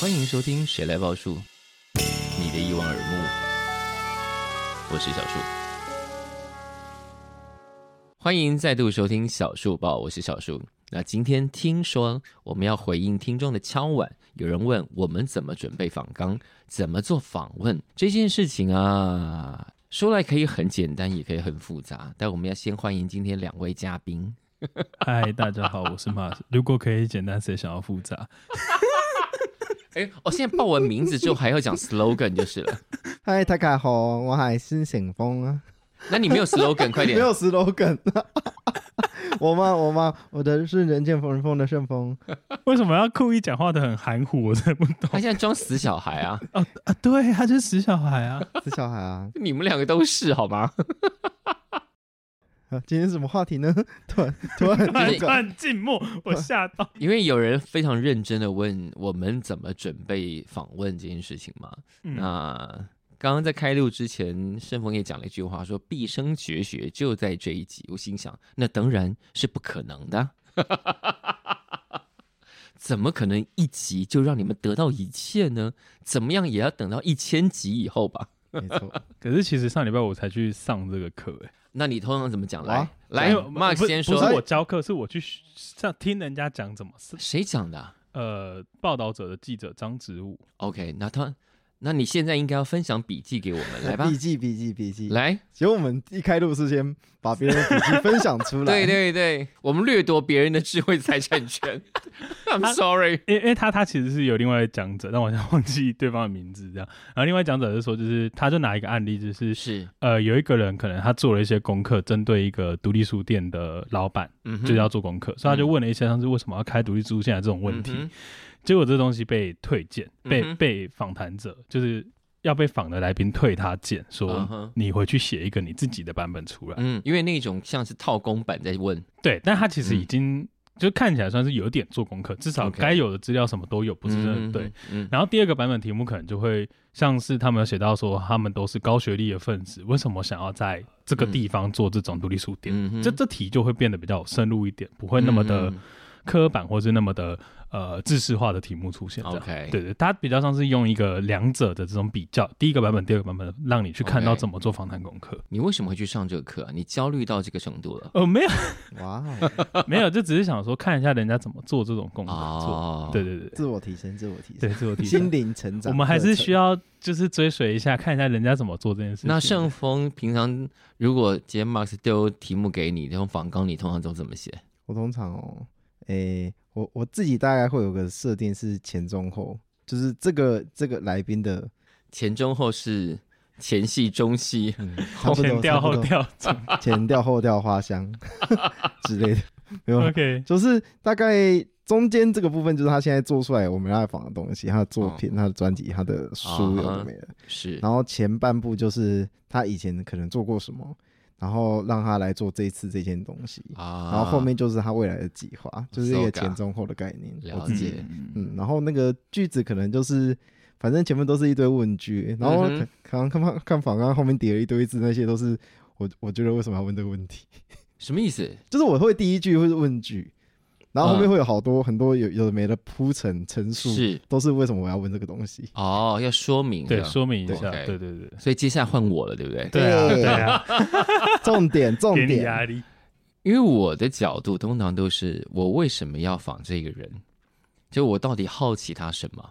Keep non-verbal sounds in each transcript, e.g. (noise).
欢迎收听《谁来报数》，你的一望而目，我是小树。欢迎再度收听小树报，我是小树。那今天听说我们要回应听众的敲碗，有人问我们怎么准备访纲，怎么做访问这件事情啊，说来可以很简单，也可以很复杂，但我们要先欢迎今天两位嘉宾。嗨，大家好，我是 Mars。如果可以简单，谁想要复杂？哎，我、现在报完名字之后还要讲 slogan 就是了，嗨，大家好，我係孫成峰啊，那你没有 slogan，快没点。有 slogan 啊，我吗？我吗？我的是人见风风的顺风，为什么要故意讲话的很含糊？我真的不他懂现在装死小孩啊！ (laughs) 啊。对，他就是死小孩啊。是小孩啊。你们两个都是好吗？ (laughs) 啊今天什么话题呢？ (laughs) 突然突然突然那突个，然啊静默，我吓到。因为有人非常认真的问我们怎么准备访问这件事情嘛。嗯，那刚刚在开录之前，盛峰也讲了一句话，说毕生绝学就在这一集。我心想，那当然是不可能的， (laughs) 怎么可能一集就让你们得到一切呢？怎么样也要等到一千集以后吧。没错，可是其实上礼拜我才去上这个课，哎，那你通常怎么讲？来哇来没有，Mark 不先不是说，我教课，是我去上听人家讲怎么是谁讲的啊呃报道者的记者张植武。 ？OK，那他，那你现在应该要分享笔记给我们， (laughs) 来吧笔，记笔记笔记。来。结果我们一开录是先把别人的笔记分享出 (laughs) 来，对对对，我们掠夺别人的智慧财产 (laughs) 权。I'm sorry。因为因为他他其实是有另外一个讲者，但我现在忘记对方的名字，这样。然后另外讲者是说，就是他就拿一个案例，就是是，呃，有一个人可能他做了一些功课，针对一个独立书店的老板，嗯哼就是要做功课，所以他就问了一些像是为什么要开独立书店啊这种问题。嗯结果这东西被退件，被、嗯哼被访谈者就是要被访的来宾退他件，嗯说哼你回去写一个你自己的版本出来。嗯，因为那种像是套公版在问，对，但他其实已嗯经、就看起来算是有点做功课，至少 OK 该有的资料什么都有，不是真的、嗯对。，嗯然后第二个版本题目可能就会像是他们有写到说，他们都是高学历的分子，为什么想要在这个地方做这种独立书店？嗯嗯哼这这题就会变得比较有深入一点，不会那么的嗯刻板或是那么的呃知识化的题目出现这样。 OK 对对，它比较像是用一个两者的这种比较，第一个版本、第二个版本，让你去看 OK 到怎么做访谈功课。你为什么会去上这个课啊？你焦虑到这个程度了？呃，没有哇哦，没有，就只是想说看一下人家怎么做这种功课。做哦，嗯对，对对自我提升，自我提对，升，自我提心升。灵成长。我们还是需，要就是追随一下，看一下人家怎么做这件事情。那盛峰平常如果今天 Max 丢题目给你，这种仿纲你通常都怎么写？我通常哦，诶、我我自己大概会有个设定是前中后，就是这个这个来宾的，前中后是前戏、中 (laughs) 戏，嗯，差不多前调差不后多调 (laughs) 前调后调花香 (laughs) 之类的，没有啦， ，OK，就是大概中间这个部分，就是他现在做出来我们要仿的东西，他的作品、他的专辑、他的书有嗯啊哈的没的。是然后前半部就是他以前可能做过什么，然后让他来做这一次这件东西。啊然后后面就是他未来的计划，就是一 So-ga 个前中后的概念。啊了我自己解嗯，然后那个句子可能就是，反正前面都是一堆问句，然后嗯哼看看看看访刚后面叠了一堆字，那些都是我我觉得为什么要问这个问题？ (laughs) 什么意思？就是我会第一句会是问句，然后后嗯面会有好多、很多有有的没的铺陈陈述，是都是为什么我要问这个东西。 (laughs) 哦，要说明对，的说明一对下， OK 对对对，所以接下来换我了，对不对？对啊，对对啊，重 (laughs) 点重给你点，压力，因为我的角度通常都是我为什么要仿这个人，就我到底好奇他什么，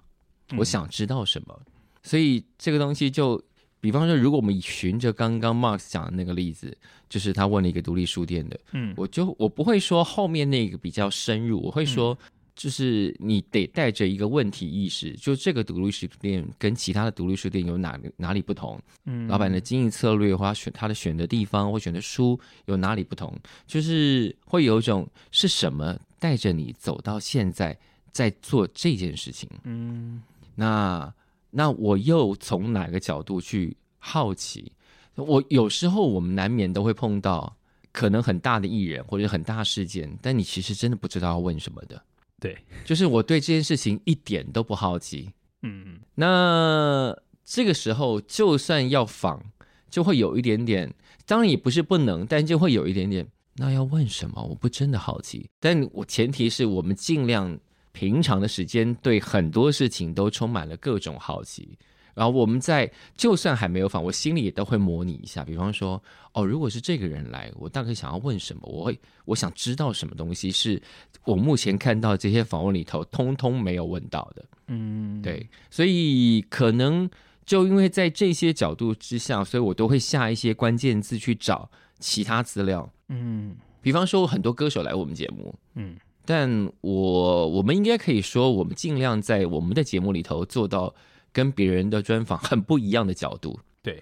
嗯我想知道什么，所以这个东西就，比方说，如果我们循着刚刚 Max 讲的那个例子，就是他问了一个独立书店的，嗯，我就我不会说后面那个比较深入，我会说。嗯就是你得带着一个问题意识，就这个独立书店跟其他的独立书店有哪哪里不同？嗯老板的经营策略或他选他的选的地方或选的书有哪里不同，就是会有一种是什么带着你走到现在在做这件事情。嗯那那我又从哪个角度去好奇？我有时候我们难免都会碰到可能很大的艺人或者很大事件，但你其实真的不知道要问什么的。对，就是我对这件事情一点都不好奇，嗯那这个时候，就算要仿，就会有一点点，当然也不是不能，但就会有一点点。那要问什么？我不真的好奇，但我前提是我们尽量平常的时间对很多事情都充满了各种好奇。然后我们在就算还没有访，我心里也都会模拟一下，比方说，哦，如果是这个人来，我大概想要问什么？我会我想知道什么东西是我目前看到这些访问里头通通没有问到的。嗯，对，所以可能就因为在这些角度之下，所以我都会下一些关键字去找其他资料。嗯比方说，很多歌手来我们节目，嗯但我我们应该可以说，我们尽量在我们的节目里头做到跟别人的专访很不一样的角度。对，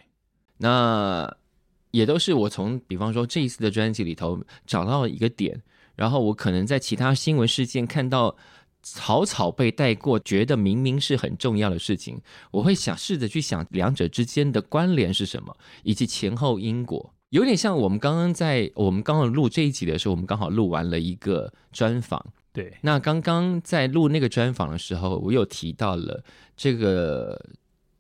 那也都是我从比方说这一次的专辑里头找到一个点，然后我可能在其他新闻事件看到草草被带过，觉得明明是很重要的事情，我会想试着去想两者之间的关联是什么，以及前后因果。有点像我们刚刚在我们刚刚录这一集的时候，我们刚好录完了一个专访。对，那刚刚在录那个专访的时候，我有提到了这个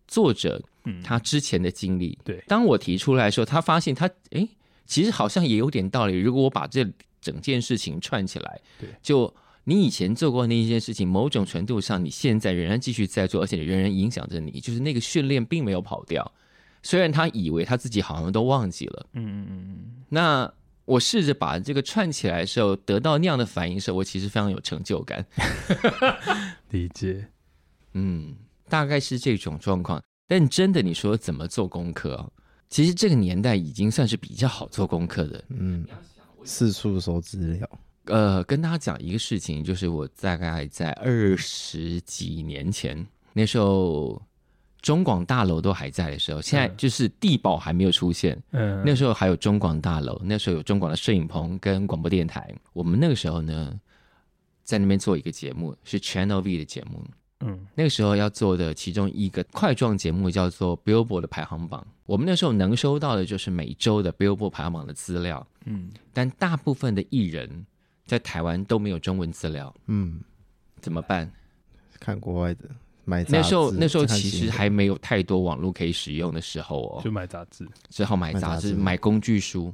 作者嗯，他之前的经历。对当我提出来的时候，他发现他诶，其实好像也有点道理。如果我把这整件事情串起来，对，就你以前做过那一件事情，某种程度上你现在仍然继续在做，而且仍然影响着你，就是那个训练并没有跑掉。虽然他以为他自己好像都忘记了，嗯嗯嗯那我试着把这个串起来的时候，得到那样的反应的时候，我其实非常有成就感。嗯，理解，嗯，大概是这种状况。但真的，你说怎么做功课、哦？其实这个年代已经算是比较好做功课的。嗯，四处搜资料，呃，跟大家讲一个事情，就是我大概在二十几年前，那时候中广大楼都还在的时候，现在嗯就是地堡还没有出现，嗯，那时候还有中广大楼，那时候有中广的摄影棚跟广播电台。我们那个时候呢，在那边做一个节目，是 Channel V 的节目。嗯那个时候要做的其中一个块状节目叫做 Billboard 的排行榜。我们那时候能收到的就是每周的 Billboard 排行榜的资料，嗯但大部分的艺人在台湾都没有中文资料，嗯，怎么办？看国外的买杂志。那时候那时候看其新实闻还没有太多网络可以使用的时候就哦，买杂志，只好买杂买杂志、志买工具书，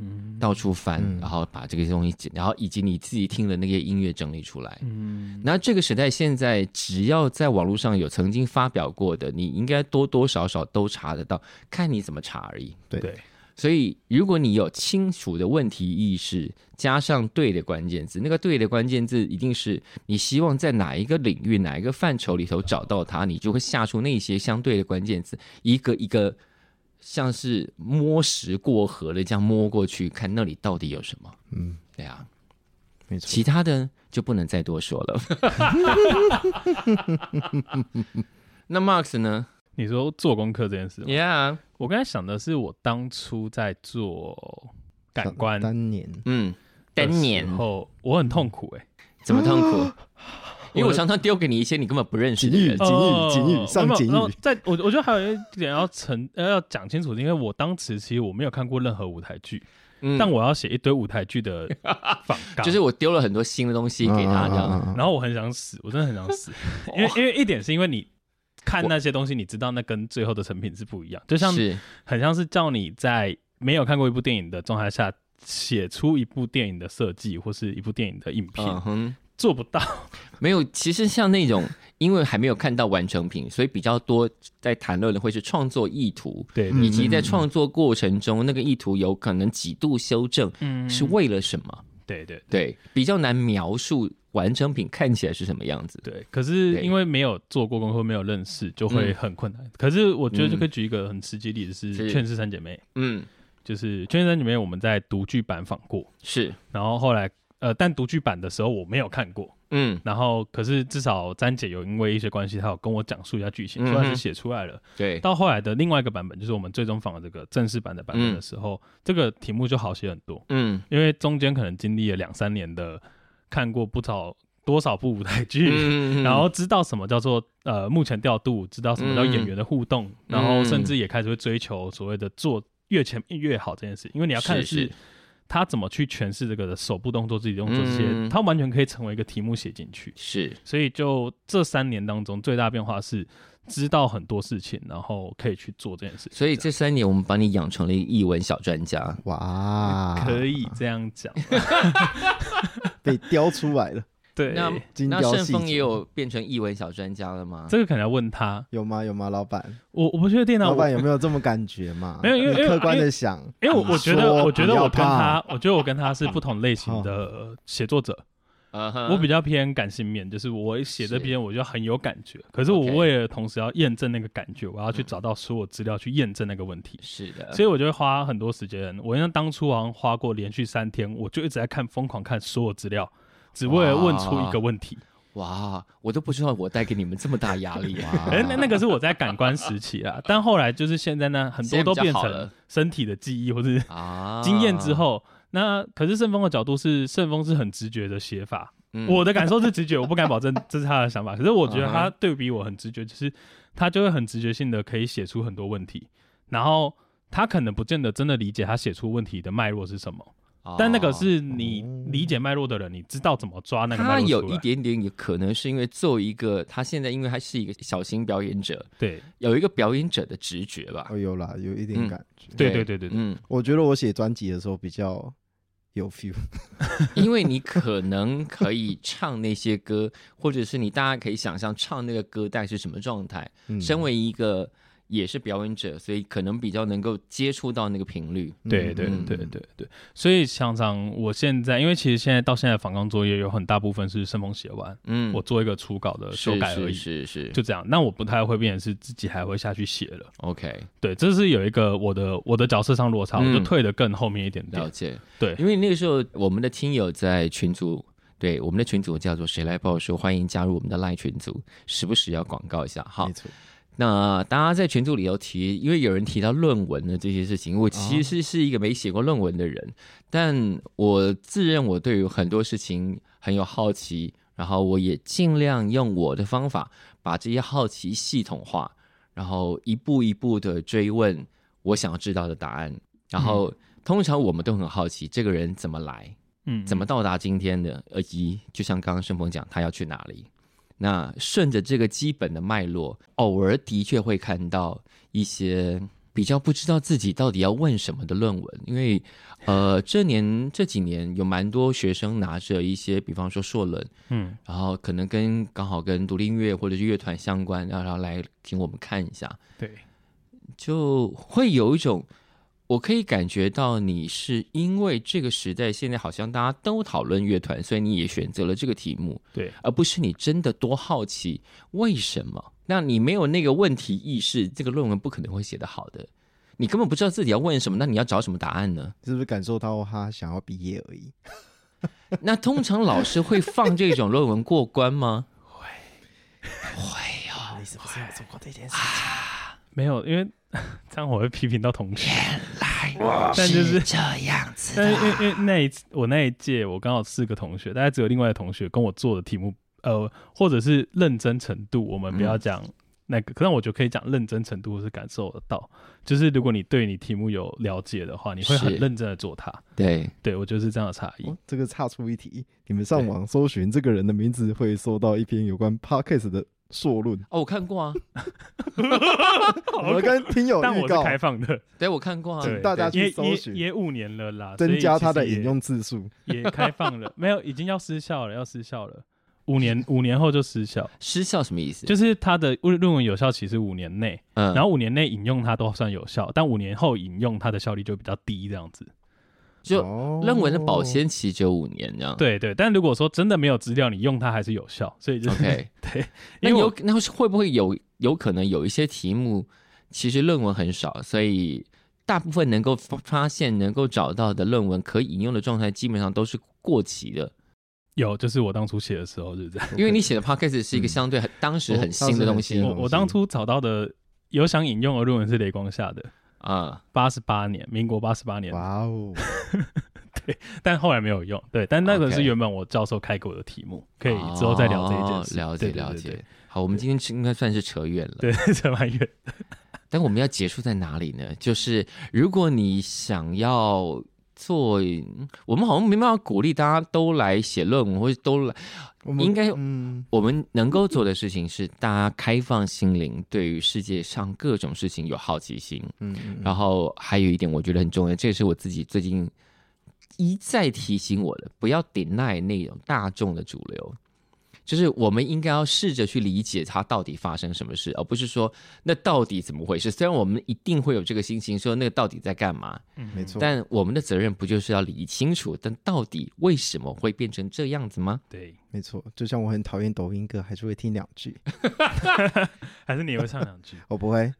嗯到处翻，嗯然后把这个东西剪，然后以及你自己听的那些音乐整理出来。嗯那这个时代，现在只要在网络上有曾经发表过的，你应该多多少少都查得到，看你怎么查而已。对对，所以，如果你有清楚的问题意识，加上对的关键字，那个对的关键字一定是你希望在哪一个领域、哪一个范畴里头找到它，你就会下出那些相对的关键字，一个一个像是摸石过河的这样摸过去，看那里到底有什么。嗯，对啊，没其错，他的就不能再多说了。 (laughs) 那 Max 呢你说做功课这件事吗， ？Yeah，我刚才想的是我当初在做感官的当年嗯，当年时候，我很痛苦哎，怎么痛苦？因为我常常丢给你一些你根本不认识的人锦。鲤哦锦鲤上锦鲤然后在我我觉得还有一点要澄呃要讲清楚，因为我当时其实我没有看过任何舞台剧，嗯但我啊要写一堆舞台剧的 (laughs) 访纲，就是我丢了很多新的东西给他，这样。哦样然后我很想死，我真的很想 (laughs) 死，啊因为因为一点是因为你看那些东西，你知道那跟最后的成品是不一样，就像是，很像是叫你在没有看过一部电影的状态下写出一部电影的设计或是一部电影的影片，嗯哼，做不到。没有。其实像那种，因为还没有看到完成品，所以比较多在谈论的会是创作意图，对以及在创作过程中那个意图有可能几度修正，嗯是为了什么？对对对，比较难描述完成品看起来是什么样子。对，可是对因为没有做过功课，没有认识，就会嗯很困难。可是我觉得就嗯可以举一个很实际例子，是是《劝世三姐妹》，嗯，就是《劝世三姐妹》，我们在独剧版访过，是，然后后来呃，但独剧版的时候我没有看过，嗯，然后可是至少詹姐有因为一些关系，她有跟我讲述一下剧嗯情，哼虽然是写出来了。对，到后来的另外一个版本，就是我们最终访的这个正式版的版本的时候，这个题目就好写很多，嗯因为中间可能经历了两三年的看过不少多少部舞台剧。嗯然后知道什么叫做呃幕前调度，知道什么叫演员的互嗯动，然后甚至也开始会追求所谓的做越前越好这件事，因为你要看的是是他怎么去诠释这个的手部动作、肢体动作这些，嗯他完全可以成为一个题目写进去。是所以就这三年当中，最大变化是知道很多事情，然后可以去做这件事情。所以这三年我们把你养成了一个译文小专家，嗯哇，可以这样 (laughs) 讲， (laughs) 被雕出来了，对。那精那雕顺细丰琢也有变成译文小专家了吗？这个可能要问他，有吗？有吗？老板，我我不确定啊，老我板有没有这么感觉嘛？没有因为你因为客观因的为想，因为我你我觉得说我觉得不要我跟怕哦他，我觉得我跟他是不同类型的写作者，嗯哼我比较偏感性面，就是我写这是篇我就很有感觉，可是我 OK 嗯为了同时要验证那个感觉，我要去找到所有资料去验证那个问题，是的，所以我就会花很多时间。我像当初好像花过连续三天，我就一直在看疯狂看所有资料，只为了问出一个问题。哇，我都不知道我带给你们这么大压力 (laughs) 啊！哇哎、那那个是我在感官时期啊，但后来就是现在呢，很多都现在比变较好成了身体的记忆或是 (laughs) 啊经验之，后。那可是顺风的角度是顺风是很直觉的写法，嗯我的感受是直觉，我不敢保证 (laughs) 这是他的想法，可是我觉得他对比我很直觉，就是他就会很直觉性的可以写出很多问题，然后他可能不见得真的理解他写出问题的脉络是什么，但那个哦是你理解脉络的人，你知道怎么抓那个脉他络出有来一点点，也可能是因为作为一个他现在，因为他是一个小型表演者，对有一个表演者的直觉吧哦，。有啦，有一点嗯感觉。对对对对对，嗯，我觉得我写专辑的时候比较有 feel， (laughs) (laughs) 因为你可能可以唱那些歌，或者是你大家可以想象唱那个歌带是什么状态。嗯身为一个也是表演者，所以可能比较能够接触到那个频率。对对嗯对对对，所以常常我现在，因为其实现在到现在访纲作业有很大部分是顺风写完，嗯，我做一个初稿的修是改而是已，是是就这样。那我不太会变成是自己还会下去写了。 ，OK，对，这是有一个我的我的角色上落差，嗯我就退得更后面一点点。了解。对因为那个时候我们的听友在群组，对我们的群组叫做“谁来报说”，欢迎加入我们的赖群组，时不时要广告一下哈没。错，那大家在群组里头提，因为有人提到论文的这些事情，我其实是一个没写过论文的人，但我自认我对于很多事情很有好奇，然后我也尽量用我的方法把这些好奇系统化，然后一步一步的追问我想要知道的答案。然后通常我们都很好奇这个人怎么来，嗯，怎么到达今天的，以及就像刚刚盛鹏讲，他要去哪里。那顺着这个基本的脉络，偶尔的确会看到一些比较不知道自己到底要问什么的论文，因为呃，这年这几年有蛮多学生拿着一些，比方说硕论，嗯然后可能跟刚好跟独立音乐或者是乐团相关，然后然后来请我们看一下，对就会有一种，我可以感觉到你是因为这个时代现在好像大家都讨论乐团，所以你也选择了这个题目，对而不是你真的多好奇为什么。那你没有那个问题意识，这个论文不可能会写得好的。你根本不知道自己要问什么，那你要找什么答案呢？ (laughs) 是不是感受到他想要毕业而已？那通常老师会放这种论文过关吗？你是不是有做过这件事情？没有，因为这样我会批评到同哎学。但就是 (laughs) 这样子但是因为因为那一次我那一届我刚好四个同学，大概只有另外的同学跟我做的题目，呃，或者是认真程度，我们不嗯要讲那个，可能我觉得可以讲认真程度是感受得到，就是如果你对你题目有了解的话，你会很是认真的做它。对，对我就是这样的差异。哦这个差出一题，你们上网搜寻这个人的名字，会搜到一篇有关 podcast 的硕 (laughs) 论。哦，我看过啊，我们跟听友但预我是告，开放的，对，我看过啊，对，哦大家对去搜也寻也也五年了啦，所增以加其他实的也引用 (laughs) 次数。也开放了，没有，已经要失效了，要失效了。五年， (laughs) 五年后就失效，失效什么意思？就是他的论论文有效期是五年内，嗯然后五年内引用它都算有效，但五年后引用它的效率就比较低，这样子。就哦论文的保鲜期只有五年这样。嗯对对，但如果说真的没有资料，你用它还是有效，所以就是 (laughs) OK，对，那因为有我那会不会有有可能有一些题目其实论文很少，所以大部分能够发发现能够找到的论文可以引用的状态，基本上都是过期的，有就是我当初写的时候就是这样，因为你写的 podcast 是一个相对很当时很新的东西这个我东我西当初找到的有想引用的论文是雷光下的啊。八十八年，民国八十八年的哇哦，但后来没有用。对，但那个 OK 是原本我教授开给我的题目，可以之后再聊这一件事。哦了解对对了对解。好，我们今天应该算是扯远了。对， (laughs) 对扯蛮远。但我们要结束在哪里呢？就是如果你想要做，我们好像没办法鼓励大家都来写论文，或者都来。我们应该嗯，我们能够做的事情是，大家开放心灵，对于世界上各种事情有好奇心。嗯嗯，然后还有一点我觉得很重要，这也是我自己最近一再提醒我的，不要 deny 那种大众的主流。就是我们应该要试着去理解它到底发生什么事，而不是说那到底怎么回事。虽然我们一定会有这个心情，说那个到底在干嘛，嗯没错，但我们的责任不就是要理清楚，但到底为什么会变成这样子吗？对，没错，就像我很讨厌抖音歌，还是会听两句，还是你也会唱两句 (laughs) 我不会，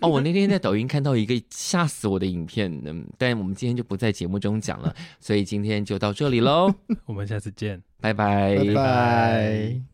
哦，我那天在抖音看到一个吓死我的影片，嗯，但我们今天就不在节目中讲了，所以今天就到这里喽，我们下次见。拜拜拜拜。